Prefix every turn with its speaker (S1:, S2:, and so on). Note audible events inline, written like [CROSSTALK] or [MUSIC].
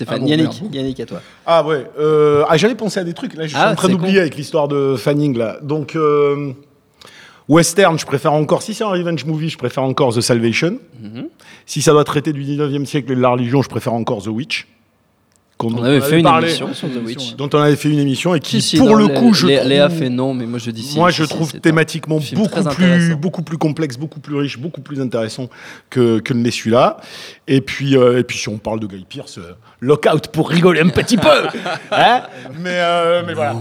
S1: Stéphane,
S2: Ah bon,
S1: Yannick,
S2: merde.
S1: Yannick à toi.
S2: Ah ouais. euh, ah, j'allais penser à des trucs. Là, je suis
S1: Ah,
S2: en train
S1: c'est
S2: d'oublier
S1: con.
S2: avec l'histoire de Fanning là. Donc euh, western, je préfère encore. Si c'est un revenge movie, je préfère encore The Salvation.
S1: Mhm.
S2: Si ça doit traiter du 19e siècle et de la religion, je préfère encore The Witch. Qu'on-
S1: On
S2: dont
S1: avait fait une
S2: parlé-
S1: émission sur The Witch.
S2: Dont on avait fait une émission et
S1: Si,
S2: qui,
S1: si,
S2: pour
S1: non,
S2: le
S1: Lé-
S2: coup, je
S1: Lé-
S2: trouve-
S1: Léa fait non, mais moi je dis si,
S2: moi,
S1: si,
S2: je
S1: si,
S2: trouve
S1: c'est un-
S2: thématiquement
S1: film
S2: beaucoup
S1: très
S2: plus,
S1: intéressant.
S2: beaucoup plus complexe, beaucoup plus riche, beaucoup plus intéressant que, que ne l'est celui-là. Et puis, euh, et puis, si
S1: [LAUGHS]
S2: on parle de Guy Pierce, lockout pour rigoler un petit peu. Hein mais, euh, mais voilà.